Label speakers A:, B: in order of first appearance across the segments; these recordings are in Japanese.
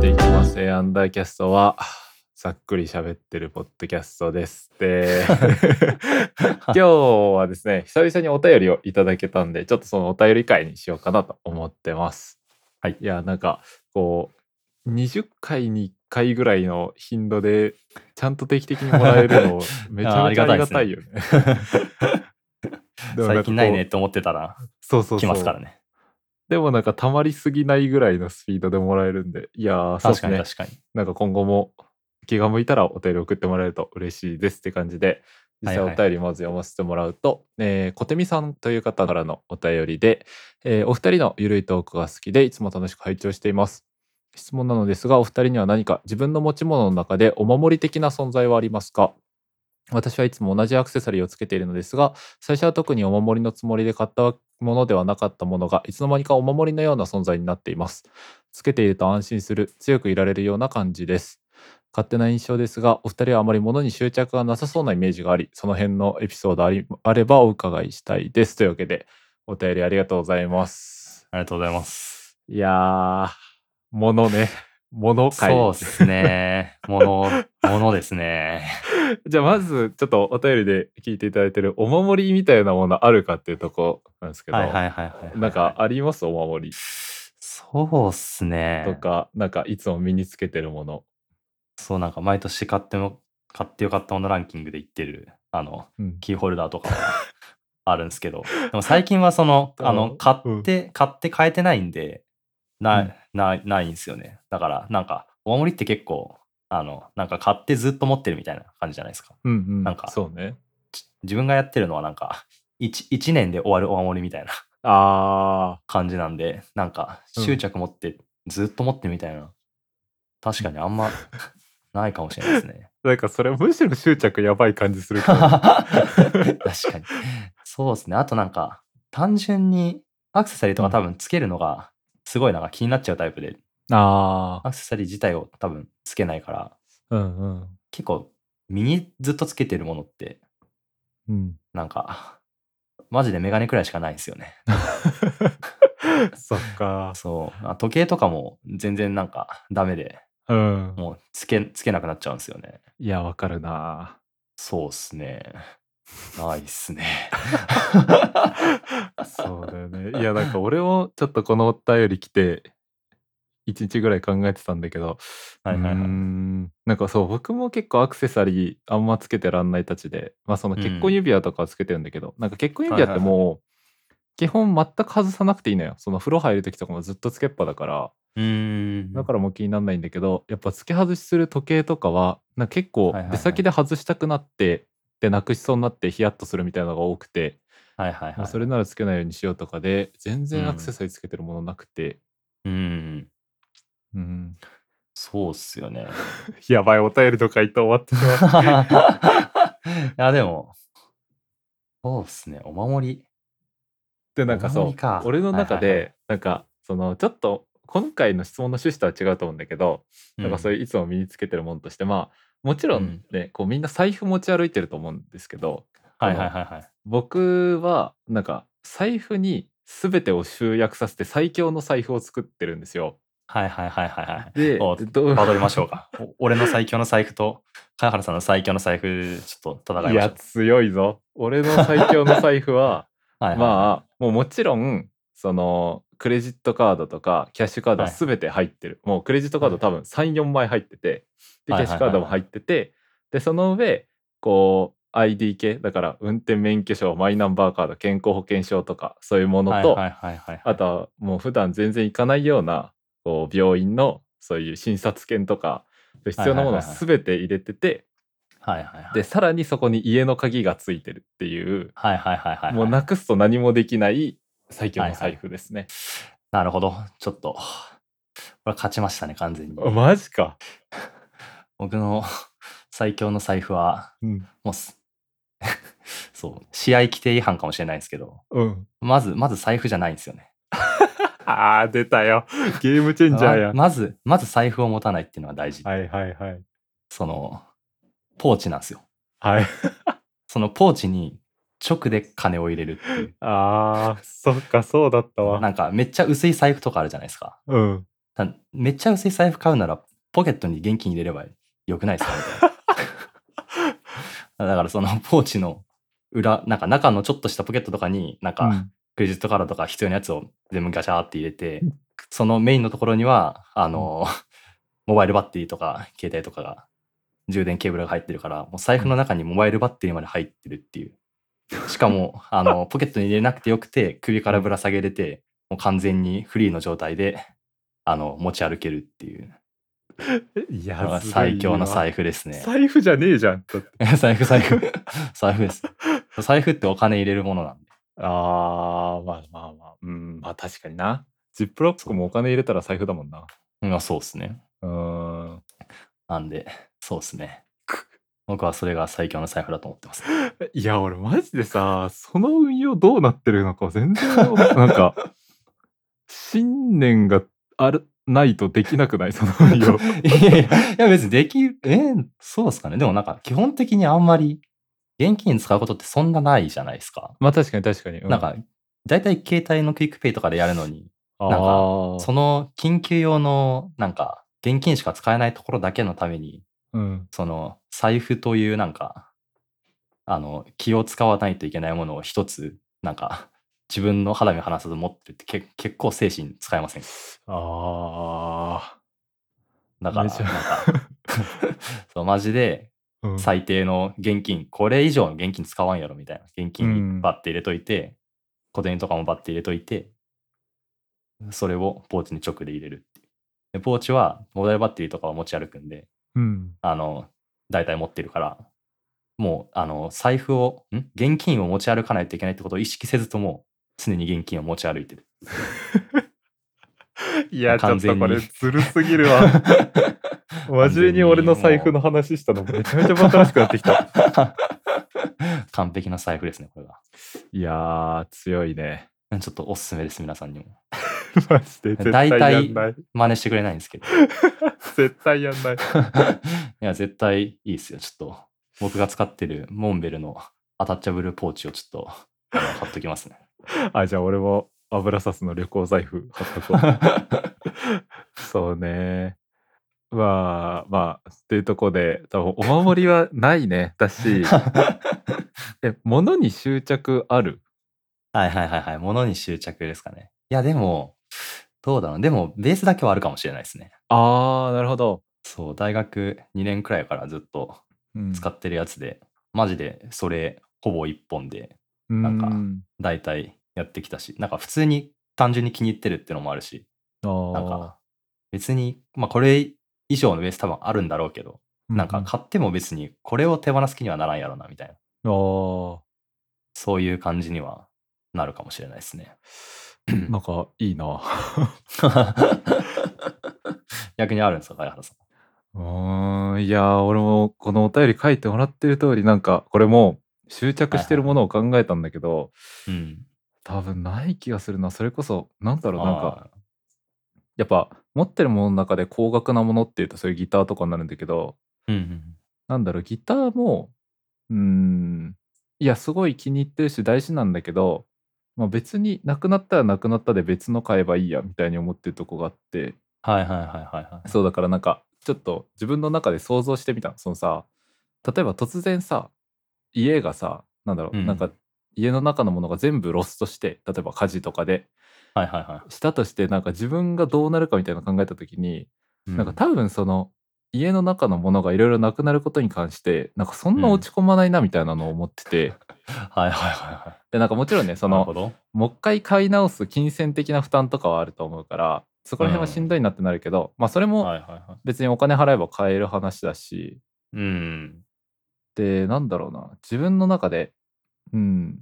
A: 性アンダーキャストは、ざっくり喋ってるポッドキャストです。 で、今日はですね、久々にお便りをいただけたんで、ちょっとそのお便り会にしようかなと思ってます。
B: はい。
A: いや、なんか、こう、20回に1回ぐらいの頻度で、ちゃんと定期的にもらえる の、めちゃめちゃありがたいよね。 でもんかこう
B: 最近ないね。って思ってたら
A: そうそうそう。
B: 来ますからね。
A: でもなんか溜まりすぎないぐらいのスピードでもらえるんで、いやー、そうで
B: 確
A: す
B: かに
A: ね。
B: 確かに。
A: なんか今後も気が向いたらお便り送ってもらえると嬉しいですって感じで、実際
B: はい
A: お
B: はい
A: 便りまず読ませてもらうと、えー小手美さんという方からのお便りで、えーお二人のゆるいトークが好きで、いつも楽しく拝聴しています。質問なのですが、お二人には何か自分の持ち物の中でお守り的な存在はありますか私はいつも同じアクセサリーをつけているのですが、最初は特にお守りのつもりで買ったものではなかったものが、いつの間にかお守りのような存在になっています。つけていると安心する、強くいられるような感じです。勝手な印象ですが、お二人はあまり物に執着がなさそうなイメージがあり、その辺のエピソードありあればお伺いしたいです。というわけで、お便りありがとうございます。
B: ありがとうございます。
A: いやー、物ね。物会。
B: そうですね。もの、ものですね。
A: じゃあまず、ちょっとお便りで聞いていただいてるお守りみたいなものあるかっていうとこなんですけど、
B: はいはいはいはい。
A: なんか、ありますお守り
B: そうっすね。
A: とか、なんかいつも身につけてるもの。
B: そうなんか毎年買っても、買ってよかったものランキングで言ってる、あの、
A: うん
B: キーホルダー とかはあるんですけど、でも最近はその、
A: うん
B: あの、買って、買って買えてないんで、な、
A: うん
B: な、ないんですよね。だから、なんか、お守りって結構、あの、なんか買ってずっと持ってるみたいな感じじゃないですか。
A: うんうん。
B: なんか
A: そうね。
B: ち自分がやってるのはなんか、1, 一年で終わるお守りみたいな
A: あ
B: 感じなんで、なんか、
A: うん
B: 執着持って、ずっと持ってるみたいな、確かにあ んまないかもしれないですね。
A: ー、なんかそれむしろ執着やばい感じするけど。
B: 確かに。そうですね。あとなんか、単純にアクセサリーとか多分つけるのが、すごいなんか気になっちゃうタイプで、
A: ああ。
B: アクセサリー自体を多分つけないから、
A: うんうん。
B: 結構、身にずっとつけてるものって、
A: うん。
B: なんか、マジでメガネくらいしかないんですよね。
A: そっか。
B: そう。あ時計とかも全然なんかダメで、
A: うん。
B: もうつけ、つけなくなっちゃうんですよね。
A: いや、わかるな。
B: そうっすね。ないっすね。
A: そうだよね。いや、なんか俺もちょっとこのお便り来て、一日ぐらい考えてたんだけど、
B: はいはいう
A: ー
B: はい。
A: んなんかそう、僕も結構アクセサリーあんまつけてらんないたちで、まあその結婚指輪とかはつけてるんだけど、なんか結婚指輪って
B: は
A: もう、基本全く外さなくていいのよ。その風呂入る時とかもずっとつけっぱだから、
B: うーん。
A: だからもう気にならないんだけど、やっぱ付け外しする時計とかは、なんか結構
B: はいはいはい
A: 出先で外したくなって、で、なくしそうになってヒヤッとするみたいなのが多くて、
B: はいは
A: ま
B: いは
A: あ
B: い。
A: それならつけないようにしようとかで、全
B: う
A: 然
B: ん
A: アクセサリーつけてるものなくて、
B: うん。
A: うん、
B: そうっ すよね。
A: やばい、お便りとか言って終わってしまう。
B: いや、でも、そうっすね。お守り。
A: でなんか
B: お
A: そ
B: 守
A: う
B: りか
A: 俺の中
B: はいはいは
A: でなんかそのちょっと今回の質問の趣旨とは違うと思うんだけど、なんかそう
B: い
A: いういつも身につけてるものとしてまあもちろんね、こうみんな財布持ち歩いてると思うんですけど
B: うん。はいはいはいはい。
A: 僕はなんか財布に全てを集約させて最強の財布を作ってるんですよ。
B: はいはいはいはいはい。
A: で
B: お
A: どう
B: バトりましょう か。お俺の最強の財布と、貝原さんの最強の財布、ちょっと戦い
A: い
B: ましょ
A: や
B: う。
A: 強いぞ。俺の最強の財布は
B: はいはいはい
A: まあもうもちろんそのクレジットカードとかキャッシュカードは
B: はい
A: 全て入ってる、もうクレジットカード多分34枚入っててでキ
B: はいはいはい
A: ャッシュカードも入っててでその上こう ID 系だから運転免許証マイナンバーカード健康保険証とかそういうものと、
B: はいはいはいはいはい、
A: あとはもう普段全然行かないようなこう病院のそういう診察券とか必要なものを
B: はいはいはい
A: 全て入れてて、
B: はいはいはい、
A: でさらにそこに家の鍵がついてるっていう
B: はいはいはいはい、
A: もうなくすと何もできない最強の財布ですね。
B: なるほど。ちょっと、これ勝ちましたね、完全に。
A: マジか。
B: 僕の 最強の財布は、
A: うん。
B: もうす、 そう、試合規定違反かもしれないんですけど、
A: うん、
B: まず、まず財布じゃないんですよね。
A: ああ、出たよ。ゲームチェンジャーや。
B: ままず、まず財布を持たないっていうのが大事。
A: はいはいはい。
B: その、ポーチなんですよ。
A: はい。
B: そのポーチに直で金を入れるって いう。
A: ああ、そっか、そうだった
B: な
A: わ。
B: んか、めっちゃ薄い財布とかあるじゃないですか。
A: うん。
B: ためっちゃ薄い財布買うなら、ポケットに現金入れればよくないですかみたいな。だからそのポーチの裏、なんか中のちょっとしたポケットとかに、なんかクレジットカードとか必要なやつを全部ガチャーって入れて、そのメインのところには、あの、モバイルバッテリーとか携帯とかが、充電ケーブルが入ってるから、もう財布の中にモバイルバッテリーまで入ってるっていう。しか も、あの、ポケットに入れなくてよくて、首からぶら下げれて、もう完全にフリーの状態で、あの、持ち歩けるっていう。
A: い
B: だから
A: や
B: 最強の
A: 布
B: 財布ですね。
A: 財布じゃねえじゃんだって
B: 財布、財布。財布です。財布ってお金入れるものなんで。
A: あーまあまあまあうんまあ確かになジップロックもお金入れたら財布だもんな
B: うんまあ、そうですね。
A: うーん
B: なんで、そうです ね。僕はそれが最強の財布だと思ってます。
A: いや俺マジでさその運用どうなってるのか全然なんか信念があるないとできなくない その運用
B: いやいや、いや別にでき、えーそうですかね。でもなんか基本的にあんまり現金使うことってそんなないじゃないですか。
A: まあ確かに確かに、う
B: なんか、大体携帯のクイックペイとかでやるのに、
A: あ
B: なんか
A: ー
B: その緊急用のなんか現金しか使えないところだけのために、
A: うん
B: その財布というなんか、あの、気を使わないといけないものを一つ、なんか、自分の肌身離さず持ってるってけ結構精神使えませんか
A: あ
B: だから、
A: めちゃ
B: なんか、そう、マジで
A: あ、うん
B: 最低の現金、これ以上の現金使わんやろみたいな。現
A: うん
B: 金バッて入れといて、小銭とかもバッて入れといて、それをポーチに直で入れるっていう。でポーチはモバイルバッテリーとかを持ち歩くんで、
A: うん
B: あの、大体持ってるから、もう、あの、財布を、ん現金を持ち歩かないといけないってことを意識せずとも、常に現金を持ち歩いてる。
A: いや、ちょ
B: 完
A: っと
B: 全に
A: これずるすぎる わ。真面目に俺の財布の話したのめちゃめちゃバカらしくなってきた。
B: 完璧な財布ですね、これが。
A: いやー、強いね。
B: ちょっとおすすめです、皆さんにも。
A: マジで絶対
B: 大
A: や
B: 体
A: んない。
B: 真似してくれないんですけど。
A: 絶対やんない。
B: いや、絶対いいですよ。ちょっと、僕が使ってるモンベルのアタッチャブルポーチをちょっと、あの買っとき ますね。
A: あ、じゃあ俺も油さすの旅行財布買っとこう そうね。まあまあ、っていうとこで、多分お守りはないね。だ し、え、物に執着ある。
B: はいはいはいはい。物に執着ですかね。いや、でも、どうだろう。でも、ベースだけはあるかもしれないですね。
A: あー、なるほど。
B: そう、大学2年くらいからずっと
A: うん
B: 使ってるやつで、マジでそれ、ほぼ1本で、なんか
A: うん
B: 大体やってきたし、なんか普通に単純に気に入ってるってのもあるし、
A: あー
B: なんか、別に、まあ、これ以上のベース多分あるんだろうけど、なんか
A: うん
B: 買っても別にこれを手放す気にはならんやろな、みたいな。
A: あー。
B: そういう感じにはなるかもしれないですね。
A: なんかいいな。
B: 逆にあるんですか、萱原さん。
A: うーん、いやー、俺もこのお便り書いてもらってる通り、なんかこれも執着してるものを考えたんだけど、
B: うん。
A: 多分ない気がするな。それこそ、なんだろう、なんか、
B: あ
A: やっぱ持ってるものの中で高額なものっていうと、そういうギターとかになるんだけど、
B: ー、うん
A: なんだろう、ギターも、うーん、いや、すごい気に入ってるし大事なんだけど、まあ、別になくなったらなくなったで別の買えばいいやみたいに思ってるとこがあって、
B: うん。はいはいはいはいはい。
A: そうだからなんかちょっと自分の中で想像してみたのそのさ例えば突然さ家がさなんだろう、
B: うん
A: なんか家の中のものが全部ロストして例えば火事とかで
B: はいはいは
A: したとしてなんか自分がどうなるかみたいなの考えた時に、
B: い。
A: なんか多分その家の中のものがいろいろなくなることに関してなんかそんな落ち込まないなみたいなのを思ってて、
B: はいはいはいはい。
A: でなんかもちろんねそ
B: なる
A: の
B: ほど。
A: もう一回買い直す金銭的な負担とかはあると思うからそこら辺はしんどいなってなるけど、まあそれも
B: はいはいは
A: 別にお金払えば買える話だし
B: い。うん。
A: でなんだろうな自分の中でうん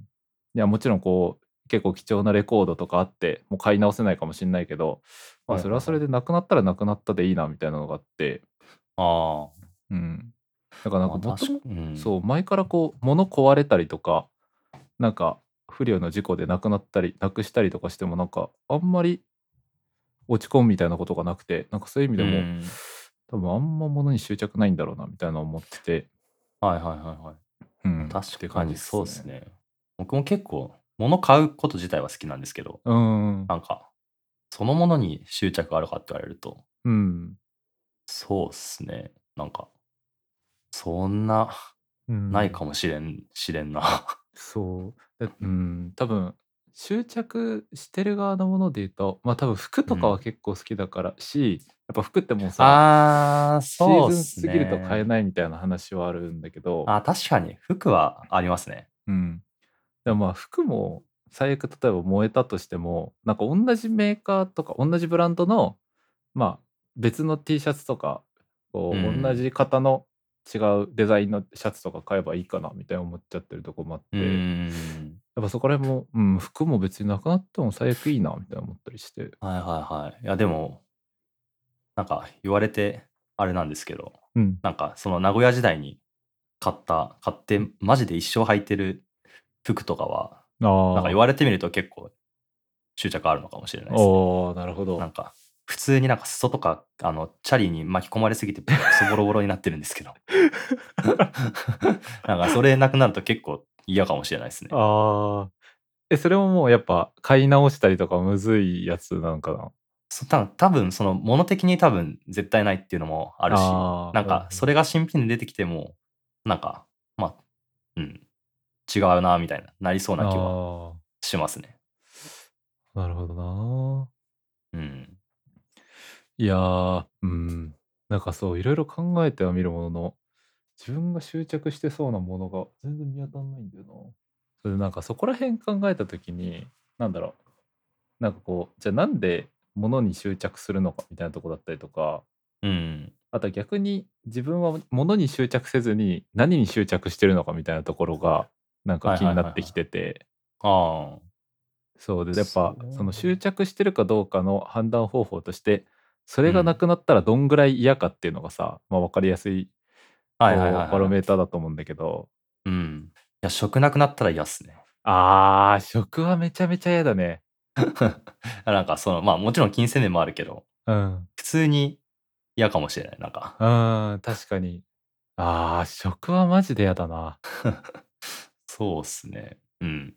A: いやもちろんこう結構貴重なレコードとかあってもう買い直せないかもしれないけど、まあ、
B: はいはいはい
A: それはそれでなくなったらなくなったでいいなみたいなのがあって、
B: あ
A: うん、だから
B: あ。
A: なんか
B: まあ
A: 元
B: 確
A: 々
B: かうん
A: そう前からこう物壊れたりとかなんか不慮の事故でなくなったりなくしたりとかしてもなんかあんまり落ち込むみたいなことがなくてなんかそういう意味でも、
B: うん
A: 多分あんま物に執着ないんだろうなみたいなのを思ってて、
B: はいはいはいはい。
A: うん、
B: 確かにそうですね。僕も結構、物買うこと自体は好きなんですけど、
A: うん。
B: なんか、そのものに執着あるかって言われると、
A: うん。
B: そうっすね。なんか、そんな、
A: うん
B: ないかもしれん、 しれんな。
A: そうでうん多分執着してる側のもので言うとまあ多分服とかは結構好きだからし、やっぱ服ってもうさ
B: あー、
A: シーズン
B: す
A: 過ぎると買え
B: い。
A: ないみたいな話はあるんだけど、
B: あ、確かに、服はありますね。
A: うん、でもまあ服も最悪例えば燃えたとしてもなんか同じメーカーとか同じブランドのまあ別の T シャツとかこう、
B: うん
A: 同じ型の違うデザインのシャツとか買えばいいかなみたいな思っちゃってるとこもあって、
B: う
A: やっ
B: ん。
A: ぱそこら辺も、うん、服も別になくなっても最悪いいなみたいな思ったりして、
B: はいはいはい。いや、でも、なんか言われて、あれなんですけど、
A: うん、
B: なんかその名古屋時代に買った、買って、マジで一生履いてる服とかは、
A: ああ
B: なんか言われてみると結構執着あるのかもしれないですね。
A: おーなるほど
B: なんか普通になんか裾とかあのチャリに巻き込まれすぎて そボロボロになってるんですけど なんかそれなくなると結構嫌かもしれないですね
A: ああえそれももうやっぱ買い直したりとかむずいやつなのかな
B: そた多分その物的に多分絶対ないっていうのもあるし
A: あー
B: なんかそれが新品で出てきてもなんかまあうん違うなみたいななりそうな気
A: あ
B: はしますね
A: あなるほどな
B: うん
A: いやー、うん、なんかそう、いろいろ考えてはみるものの、自分が執着してそうなものが全然見当たんないんだよな。それでなんかそこら辺考えたときに、なんだろう、なんかこう、じゃあなんで物に執着するのかみたいなとこだったりとか、
B: うん
A: あとは逆に自分は物に執着せずに何に執着してるのかみたいなところが、なんか気になってきてて、
B: あ
A: そうでやっぱ
B: そう
A: その執着してるかどうかの判断方法としてそれがなくなったらどんぐらい嫌かっていうのがさ、まあ、分かりやすい
B: あはいはいはい、
A: こうバロ
B: はい、
A: メーターだと思うんだけど
B: うんいや食なくなったら嫌っすね
A: あー食はめちゃめちゃ嫌だね
B: なんかそのまあもちろん金銭面もあるけど
A: うん
B: 普通に嫌かもしれないなんか
A: うん確かにあー食はマジで嫌だな
B: そうっすねうん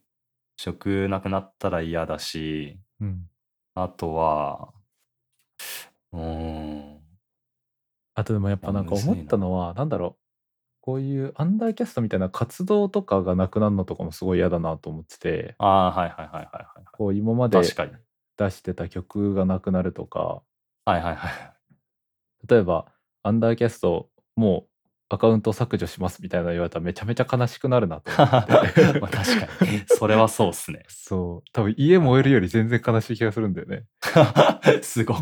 B: 食なくなったら嫌だし
A: うん
B: あとはうーん
A: あとでもやっぱなんか思ったのはなんだろうこういうアンダーキャストみたいな活動とかがなくなるのとかもすごい嫌だなと思ってて
B: ああはいはいはいはいはい
A: こう今まで
B: 確かに
A: 出してた曲がなくなるとか
B: はいはいはい
A: 例えばアンダーキャストもうアカウント削除しますみたいなの言われたらめちゃめちゃ悲しくなるなと思って
B: まあ確かにそれはそうっすね
A: そう多分家燃えるより全然悲しい気がするんだよ ね
B: すごい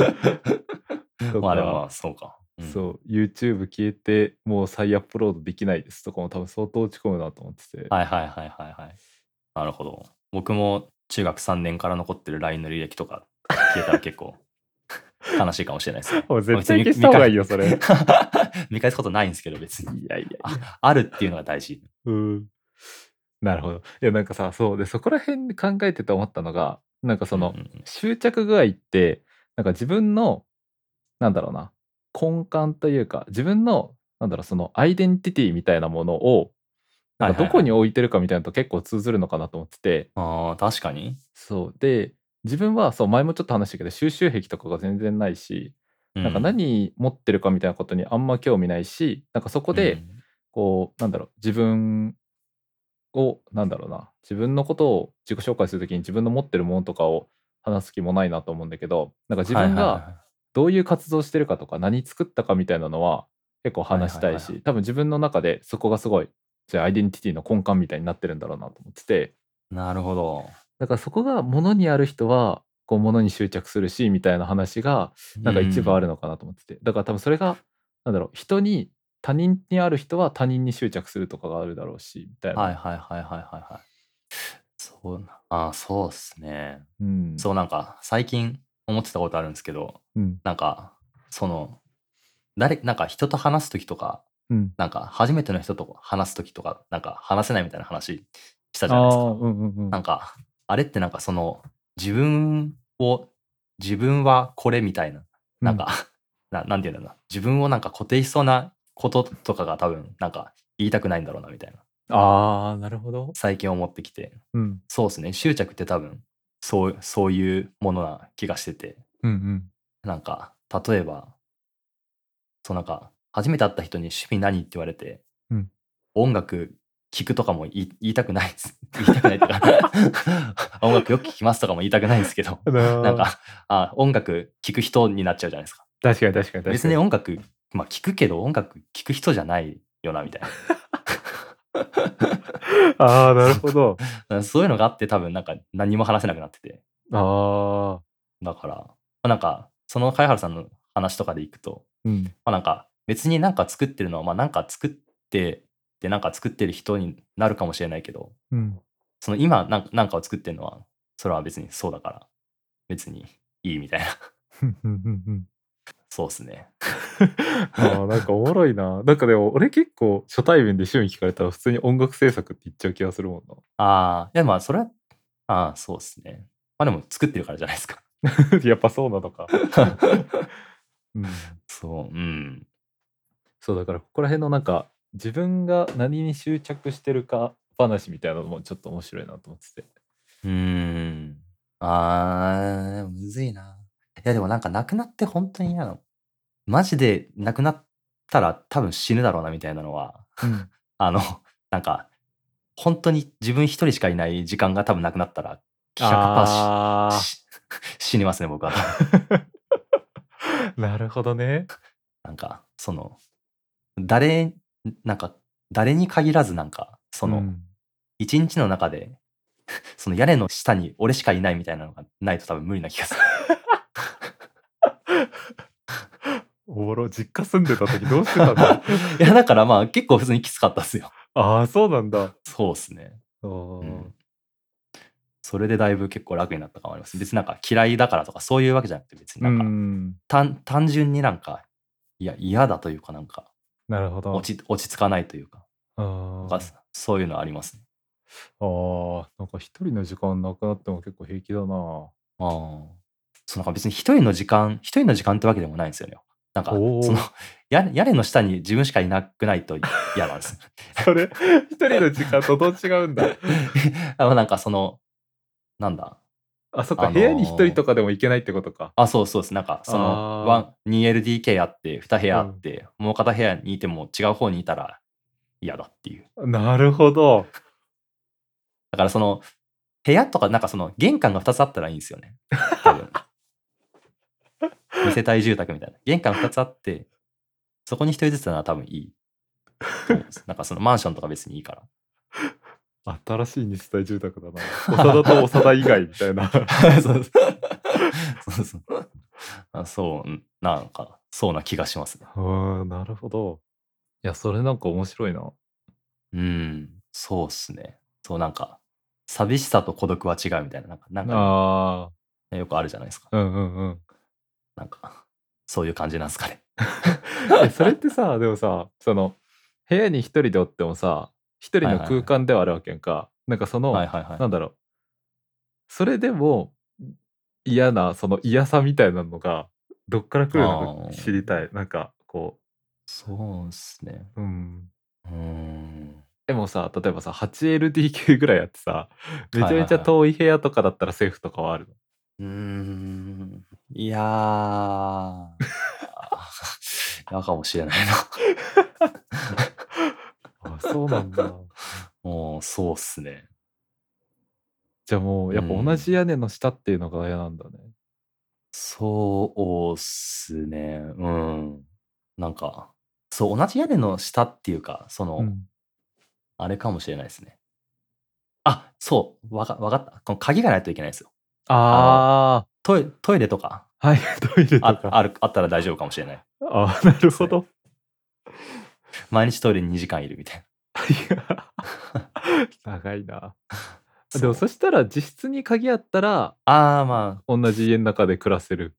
A: とか
B: まあでもまあそうか、うん
A: そう YouTube 消えてもう再アップロードできないですとかも多分相当落ち込むなと思ってて、
B: はいはいはいはいはい。なるほど。僕も中学3年から残ってる LINE の履歴とか消えたら結構悲しいかもしれないですね。
A: もう絶対消した方がいいよそれ
B: 見 返す 見返すことないんですけど別に。
A: いやいや
B: ああるっていうのが大事。
A: うんなるほどいやなんかさそうでそこら辺で考えてて思ったのがなんかその、
B: うんうん
A: 執着具合ってなんか自分のなんだろうな根幹というか自分のなんだろうそのアイデンティティみたいなものをなんか
B: はいはいはい
A: どこに置いてるかみたいなのと結構通ずるのかなと思ってて、
B: ああ、確かに。
A: そうで自分はそう前もちょっと話したけど収集癖とかが全然ないし、
B: な
A: なんか何持ってるかみたいなことにあんま興味ないしなんかそこで、こうなんだろう自分をなんだろうな自分のことを自己紹介するときに自分の持ってるものとかを話す気もないなと思うんだけどなんか自分がどういう活動してるかとか何作ったかみたいなのは結構話したい
B: はいはいはいは
A: し多分自分の中でそこがすごいじゃあアイデンティティの根幹みたいになってるんだろうなと思ってて
B: なるほど。
A: だからそこが物にある人はこう物に執着するしみたいな話がなんか一部あ
B: る。
A: るのかなと思ってて、だから多分それがなんだろう人に他人にある人は他人に執着するとかがあるだろうしみたいな、
B: はいはいはいはいはいはい。そうな。ああ、そうっすね。
A: うん、
B: そうなんか最近思ってたことあるんですけど、
A: うん
B: なんか、その、誰、なんか人と話すときとか、
A: うん
B: なんか初めての人と話すときとか、なんか話せないみたいな話したじゃないです
A: あ
B: か。
A: ーうんうんうん
B: なんか、あれってなんかその、自分を、自分はこれみたいな、なんか、 ななんていうんだろうな、自分をなんか固定しそうなこととかが多分、なんか言いたくないんだろうなみたいな、
A: ああなるほど、
B: 最近思ってきて、
A: うん、
B: そうですね、執着って多分、そう、そういうものな気がしてて、
A: うんうん
B: なんか、例えば、そうなんか、初めて会った人に趣味何って言われて、
A: うん
B: 音楽聞くとかも言い言いたくないです。 言いたくないっていうか、 音楽よく聞きますとかも言いたくないんですけど、
A: な
B: なんか、あ音楽聞く人になっちゃうじゃないですか。
A: 確かに確かに確かに
B: 別に音楽、まあ聞くけど音楽聞く人じゃないよな、みたいな。
A: ああなるほど
B: うんそういうのがあって多分なんか何も話せなくなってて。
A: ああ
B: だから、まあなんか、その貝原さんの話とかでいくと、
A: うん
B: まあなんか別になんか作ってるのは、まあなんか作って、でなんか作ってる人になるかもしれないけど、
A: うん
B: その今なんなんかを作ってるのは、それは別にそうだから、別にいいみたいな。
A: ふんふんふんふん
B: そうっすね。
A: ああなんかおもろいななんかでも俺結構初対面で趣味聞かれたら普通に音楽制作って言っちゃう気がするもん
B: ああ、いやまあそれは、ああ、そうっすね。まあでも作ってるからじゃないですか。
A: な やっぱそうなのか、うん、
B: そう、うん。
A: そうだからここら辺のなんか自分が何に執着してるか話みたいなのもちょっと面白いなと思ってて
B: うーん。あー、むずいな。いや、でもなんかなくなって本当に嫌なの。マジでなくなったら多分死ぬだろうなみたいなのは、 あの、 なんか、本当に自分一人しかいない時間が多分なくなったら、100%
A: あ
B: しし 死にますね、僕は。
A: ー なるほどね
B: なんか、その、誰、なんか、誰に限らずなんか、その、
A: うん
B: 一日の中で、 その屋根の下に俺しかいないみたいなのがないと多分無理な気がする。
A: おもろ実家住んでた時どうしてたん だ
B: いや、だからまあ結構普通にきつかったですよ。
A: ああそうなんだ
B: そうですね。
A: あ
B: う
A: ー
B: ん。それでだいぶ結構楽になったかもあります。別になんか嫌いだからとかそういうわけじゃなくて別に
A: う
B: なんか、
A: ん
B: 単単純になんか、いや、嫌だというかなんか、
A: なるほど
B: 落ち、落ち着かないというか、
A: あ
B: なん
A: ー
B: かそういうのありますね。
A: あーなんか一人の時間なくなっても結構平気だな
B: ああ。そうなんか別に一人の時間、一人の時間ってわけでもないんですよね。なんか、そ
A: おー
B: の、屋根屋根の下に自分しかいなくないと嫌なん です。
A: それ一人の時間とどう違うんだ
B: あのなんかその、なんだ、
A: あそっ
B: あ
A: か、
B: のー
A: 部屋に一人とかでも行けないってことか
B: あ、そうそうです。なんか、そ
A: あー
B: の、ワン 2LDK あって、2部屋あって、もう片部屋にいても違う方にいたら嫌だっていう。
A: なるほど
B: だから、その、部屋とか、なんかその、玄関が2つあったらいいんですよね。多 分。二世帯住宅みたいな。玄関2つあって、そこに1人ずつなら多分いいと思うんです。なんかそのマンションとか別にいいから。
A: 新しい二世帯住宅だな長田と長田以外みたい な
B: そうそう。そうそう。あそう、なんか、そうな気がしますね。
A: うんなるほどいやそれなんか面白いな
B: うん、そうっすね。そう、なんか、寂しさと孤独は違うみたいな、なんか、なんか
A: あ
B: ねよくあるじゃないですか。
A: ーうんうんうん
B: なんか、そういう感じなんですかね。
A: えそれってさでもさその部屋に一人でおってもさ一人の空間ではあるわけやんか、なんかその、
B: はいはいは
A: なんだろうそれでも嫌なその嫌さみたいなのがどっから来るの
B: あ
A: か
B: ー
A: 知りたいなんかこ
B: い。そうっすね。
A: ううん
B: うん。
A: でもさ例えばさ 8LDK ぐらいやってさめちゃめちゃ遠い部屋とかだったらセーフとかはあるの、
B: うーん。いやー。 嫌かもしれない な。
A: あそうなんだ
B: もう、そうっすね。
A: じゃあもうやっぱ同じ屋根の下っていうのが嫌なんだね、
B: そうっすね。うん。なんか、そう、同じ屋根の下っていうか、その、
A: うん
B: あれかもしれないですね。あ、そう、わかわかった。この鍵がないといけないんですよ。
A: あ
B: トイトイレとか
A: あはいトイレと
B: あ
A: か
B: あるあったら大丈夫かもしれない。
A: あなるほど
B: 毎日トイレに2時間いるみたいな。
A: いや 長いなでも
B: そ
A: そ
B: う
A: したら自室に鍵あったら
B: ああ、まあ、
A: 同じ家の中で暮らせる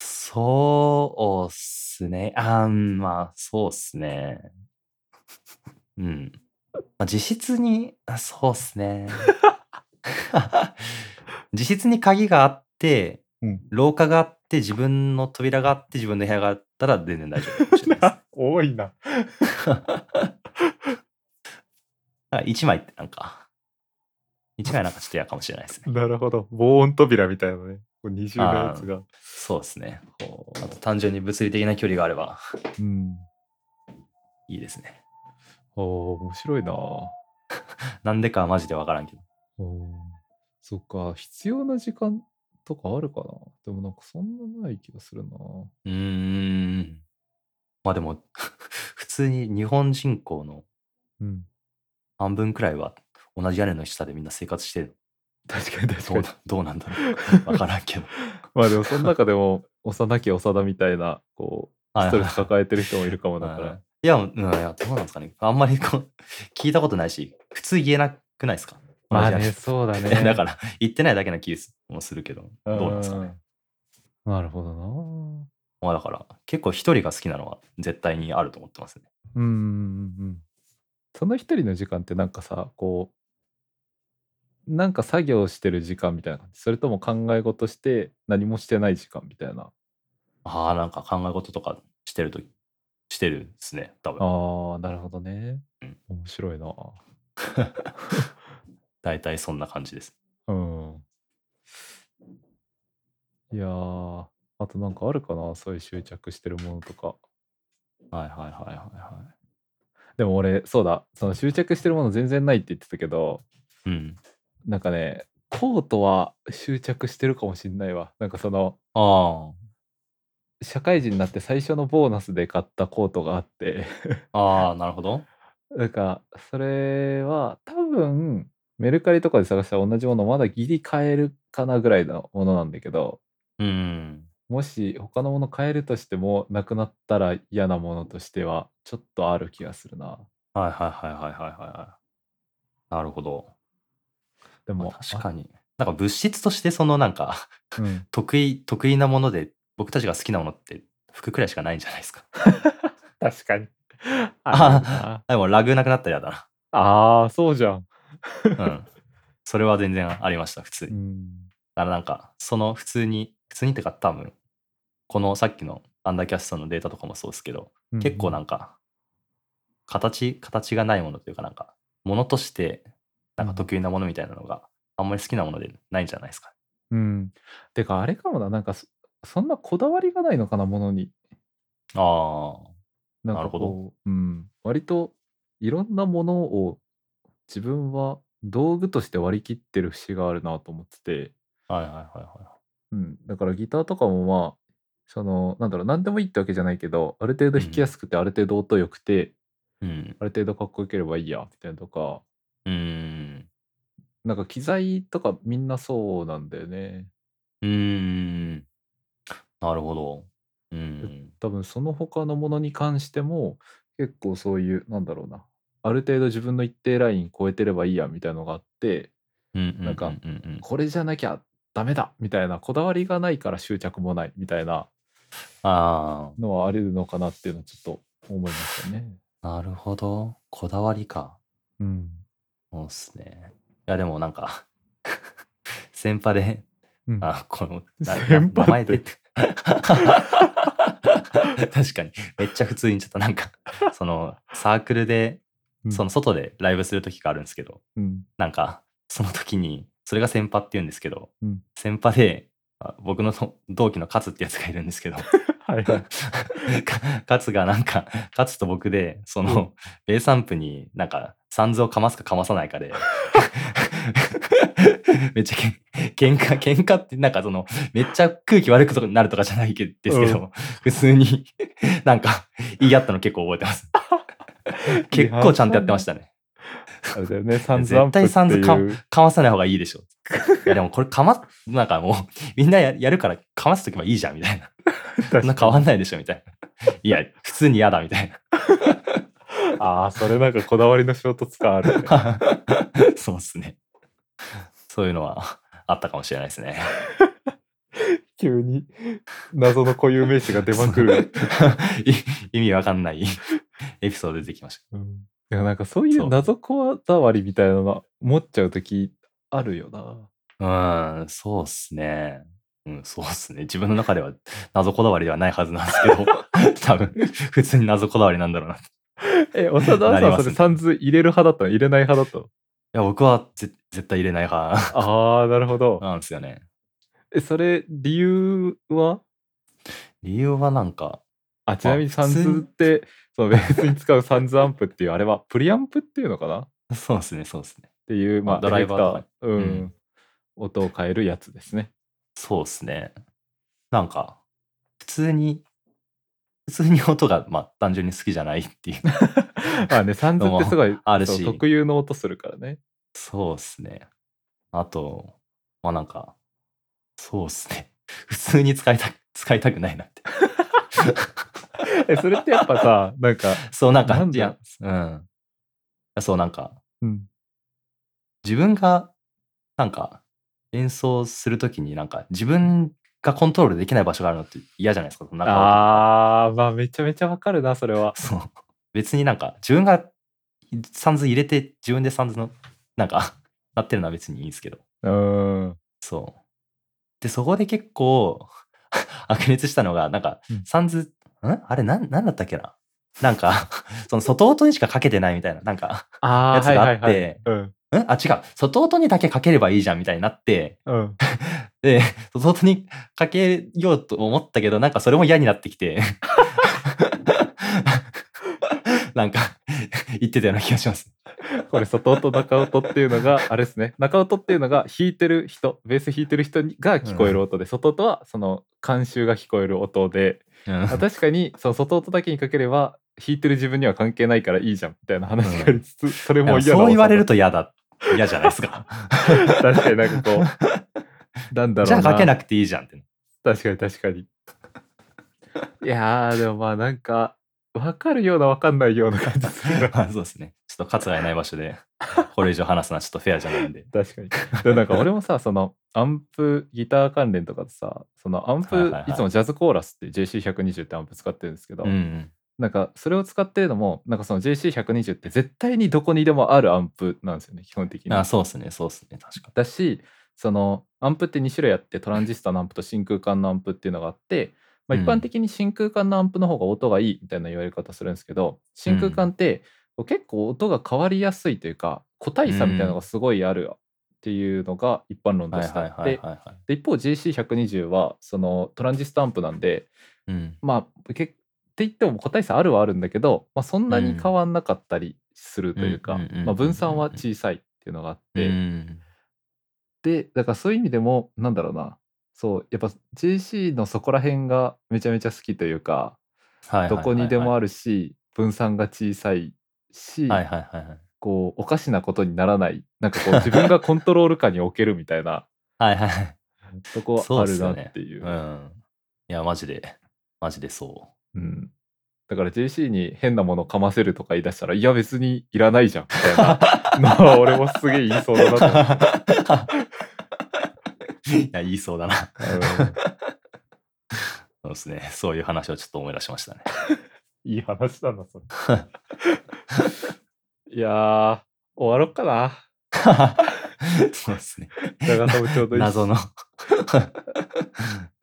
B: そうっすね。あーうんまあ、そうっすね。うん。まあ、実質に、あそうっすね。 実質に鍵があって、
A: うん
B: 廊下があって、自分の扉があって、自分の部屋があったら全然大丈夫かもしれないです。
A: 多いな
B: 1枚ってなんか、1枚なんかちょっと嫌かもしれないですね。
A: なるほど防音扉みたいなねこう二重のやつが。
B: そうですね。こうあと単純に物理的な距離があれば
A: うん。
B: いいですね。
A: おー面白いなぁ
B: なんでかはマジでわからんけど。
A: おーそっか、必要な時間とかあるかなでもなんかそんなない気がするなぁ
B: うーん。まあでも、 普通に日本人口の
A: うん。
B: 半分くらいは同じ屋根の下でみんな生活してる。
A: 確かに 確か
B: どう
A: に。
B: などうなんだ ろう。わからんけど。
A: まあでもその中でも、幼き長田みたいな、こう、ストレス抱えてる人もいるかもだ から。
B: いや、うん、いやどうなんですかね。あんまりこう、 聞いたことないし、普通言えなくないですか
A: まあ
B: 同じ
A: ね、
B: 屋
A: そう だね。
B: 根 だから、言ってないだけな気もするけど、どうなんですかね。
A: うんなるほどな。
B: まあだから、結構一人が好きなのは絶対にあると思ってますね。
A: うんうんうんうん。その一人の時間ってなんかさ、こう、なんか作業してる時間みたいな感じ。それとも考え事して何もしてない時間みたいな。
B: ああ、なんか考え事とかしてるとき、してるですね、多分。
A: ああ、なるほどね
B: うん。
A: 面白いな。
B: 大体そんな感じです。
A: うん。いやー、あとなんかあるかな、そういう執着してるものとか。
B: はいはいはいはいは
A: でも俺、そうだ、その執着してるもの全然ないって言ってたけど、
B: い。うん。
A: なんかね、コートは執着してるかもしんないわ。なんかその、
B: あ
A: 社会人になって最初のボーナスで買ったコートがあって、
B: あ、ああ、なるほど。
A: なんか、それは多分、メルカリとかで探したら同じものまだギリ買えるかなぐらいのものなんだけど、
B: うん。
A: もし他のもの買えるとしてもなくなったら嫌なものとしてはちょっとある気がするな。
B: はいはいはいはいはいはい。なるほど。
A: で
B: ま
A: も
B: あ、確かに。なんか物質としてそのなんか
A: に、うん
B: 得意、得意なもので僕たちが好きなものって服くらいしかないんじゃないですか。
A: 確かに。
B: あ
A: あ
B: でもラグなくなったら嫌だ
A: あー、そうじゃん。
B: な。うん。それは全然ありました、普通
A: う
B: に。
A: ん。
B: だからなんか、その普通に、普通にってか多分、このさっきのアンダーキャストのデータとかもそうですけど、結構なんか、形、形がないものというかなんか、ものとして、なんか得意なものみたいなのがあんまり好きなものでないんじゃないですか。
A: うん。てか、あれかもな、なんかそ、そんなこだわりがないのかな、ものに。
B: ああ。
A: なん
B: なる
A: か
B: ほ
A: こう、うん。割と、いろんなものを自分は道具として割り切ってる節があるなと思ってて、
B: はいはいはいは
A: うん。だからギターとかもまあ、その、なんだろう、何でもいいってわけじゃないけど、ある程度弾きやすくて、ある程度音良くて、
B: い。うん。
A: ある程度かっこよければいいや、みたいなとか、
B: うーん。
A: なんか機材とかみんなそうなんだよね。
B: うーん。なるほど。うん。
A: 多分その他のものに関しても結構そういうなんだろうなある程度自分の一定ライン超えてればいいやみたいのがあって
B: な
A: なんか
B: うんうん、
A: これじゃなきゃダメだみたいなこだわりがないから執着もないみたいな
B: あ
A: のはあるのかなっていうのはちょっと思いましたね。
B: あ、なるほど。こだわりか。
A: うん
B: そうっすね。いや、でもなんか、 先輩で、
A: うん
B: あ、この、なな
A: 先輩
B: 名前
A: って
B: 出て。 確かに。めっちゃ普通にちょっとなんか、その、サークルで、
A: うん
B: その外でライブする時があるんですけど、
A: うん
B: なんか、その時に、それが先輩って言うんですけど、
A: うん
B: 先輩で、あ僕のと同期のカツってやつがいるんですけど、
A: はいはい
B: かカツがなんか、カツと僕で、その、ベイサンプになんか、サンズをかますかかまさないかで、 めっちゃけん喧嘩、喧嘩ってなんかその、めっちゃ空気悪くなるとかじゃないけですけど、
A: う
B: 普通になんか言い合ったの結構覚えてます。結構ちゃんとやってましたね。
A: あれだ よねサンズアン
B: 絶
A: プって
B: 対サンズか
A: いう
B: かまさない方がいいでしょ。いやでもこれかま、なんかもう、みんなややるからかますとけばいいじゃん、みたいな。そんな変わんないでしょ、みたいな。いや、普通に嫌だ、みたい
A: ああそれなんかこだわりの衝突感あるね
B: な。 そうっすね。そういうのはあったかもしれないですね。
A: 急に謎の固有名詞が出まくる。
B: い意味わかんないエピソード出てきまし
A: うんいやなんかそうい
B: そう
A: う謎こだわりみたいなのが持っちゃう時あるよ な。
B: た。うーん、そうっすね。うん、そうっすね。自分の中では謎こだわりではないはずなんですけど、多分、普通に謎こだわりなんだろうな。い
A: え、長田
B: な
A: さ
B: り
A: ん
B: ま
A: は
B: す
A: それサンズ入れる派だったの入れない派だったの
B: や、僕はぜ絶対入れない派
A: ああ、なるほど。
B: なんですよね。
A: え、それ、理由は
B: 理由はなんか、
A: あ、ちなみにサンズって、そのベースに使うサンズアンプっていう、あれはプリアンプっていうのかなっ
B: そうですね、そうですね。
A: ていう、まあ、
B: ドライバーとか
A: エフェクター、うん、
B: うん
A: 音を変えるやつですね。
B: そうですね。なんか、普通に、普通に音が、まあ、単純に好きじゃないっていう。
A: まあね、サンズってすごい、
B: ある
A: そう
B: し
A: 特有の音するからね。
B: そうですね。あと、まあなんか、そうですね。 普通に使いたく、使いたくないなって。
A: え、それってやっぱ さ、なんか、
B: そうなんか、
A: なんで
B: いや、うん。そうなんか、
A: うん、
B: 自分が、なんか、演奏するときになんか、自分がコントロールできない場所があるのって嫌じゃないですか、その中を
A: あー、まあ、めちゃめちゃわかるな、それは。
B: そう。別になんか、自分がサンズ入れて、自分でサンズの、なんか、 なってるのは別にいいんですけど。
A: うん。
B: そう。で、そこで結構、 白熱したのが、なんか
A: うん、
B: サンズ、んあれ、なん、なんだったっけなな んか、その外音にしかかけてないみたいな、なんか、
A: あー、
B: やつ
A: はい
B: が
A: は
B: あ
A: い
B: って、
A: はい。うん。
B: んあ、違う。外音にだけかければいいじゃんみたいになって、
A: うん。
B: で、外音にかけようと思ったけど、なんかそれも嫌になってきて、 なんか、言ってたような気がします。
A: これ、外音、中音っていうのが、あれです ね。中音っていうのが、弾いてる人、ベース弾いてる人にが聞こえる音で、外音は、その、監修が聞こえる音で、
B: うん
A: あ確かにその外音だけにかければ弾いてる自分には関係ないからいいじゃんみたいな話がありつ つ、それも嫌な
B: そう言われる
A: と
B: と嫌だ。嫌じゃないですか。
A: 確かになんかこ うなんだろうな
B: じゃあかけなくていいじゃんって。
A: 確かに確かにいやーでもまあなんか分かるような分かんないような感じ するな
B: まあそうですね。ちょっと勝がいない場所 で、これ以上話すのはちょっとフェアじゃないんで。
A: 確かにでもなんか俺もさそのアンプギター関連とかでさそのアンプ、
B: はいいはいはい
A: つもジャズコーラスっていう JC120 ってアンプ使ってるんですけど、
B: うん
A: なんかそれを使ってるのもなんかその JC120 って絶対にどこにでもあるアンプなんですよね基本的
B: うん。
A: に。
B: あそうですね、そうですね、確か
A: だしそのアンプって2種類あってトランジスタのアンプと真空管のアンプっていうのがあって、まあ、
B: うん
A: 一般的に真空管のアンプの方が音がいいみたいな言われ方するんですけど真空管ってこう結構音が変わりやすいというか個体差みたいなのがすごいあるっていうのが一般論と
B: に。はい
A: して
B: は
A: あ
B: い
A: っ
B: はい
A: て
B: はいはい。
A: で一方 JC120 はそのトランジスタアンプなんで
B: うん。
A: まあけって言っても個体差あるはあるんだけど、まあ、そんなに変わんなかったりするという
B: う
A: か
B: んうんうんうんうん
A: まあ分散は小さいっていうのがあって、
B: うん
A: でだからそういう意味でもなんだろうなそうやっぱ JC のそこら辺がめちゃめちゃ好きというか
B: はいはいはい
A: ど
B: はい
A: こにでもあるし分散が小さいし、
B: はいはいはいはい。
A: こうおかしなことにならないなんかこう自分がコントロール下に置けるみたいな
B: はいはいはい。
A: とこあるなっていう
B: う。ん。いや、マジで、マジでそ。
A: うんだから JC に変なものかませるとか言い出したらいや別にいらないじゃんみたいなのは俺もすげえ言いそううだなと思って
B: いや、言いそうだな。
A: うん
B: そうですね。そういう話をちょっと思い出しましたね。
A: いい話だなそれ いやー終わろっかな。
B: そうですね。
A: 長さもちょうどいいし
B: 謎の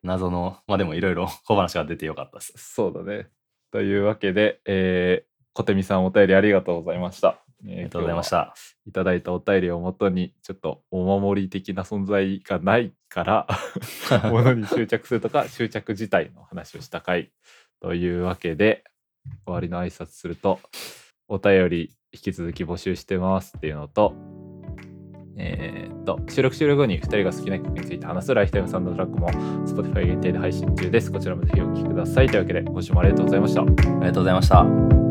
B: 謎のまあでもいろいろ小話が出てよかったです
A: そうだね。というわけで、えー、小手見さんお便りありがとうございました。えー
B: ありがとうございまし。
A: 今日は
B: た
A: いただいたお便りをもとに、ちょっとお守り的な存在がないから、 ものに執着するとか、執着自体の話をした回。というわけで、終わりの挨拶すると、お便り引き続き募集してますっていうのと、えーっと、収録終了後に2人が好きな曲について話すライフタイムサンドトラックも Spotify 限定で配信中です。こちらもぜひお聴きください。というわけで、今週もありがとうございました。
B: ありがとうございました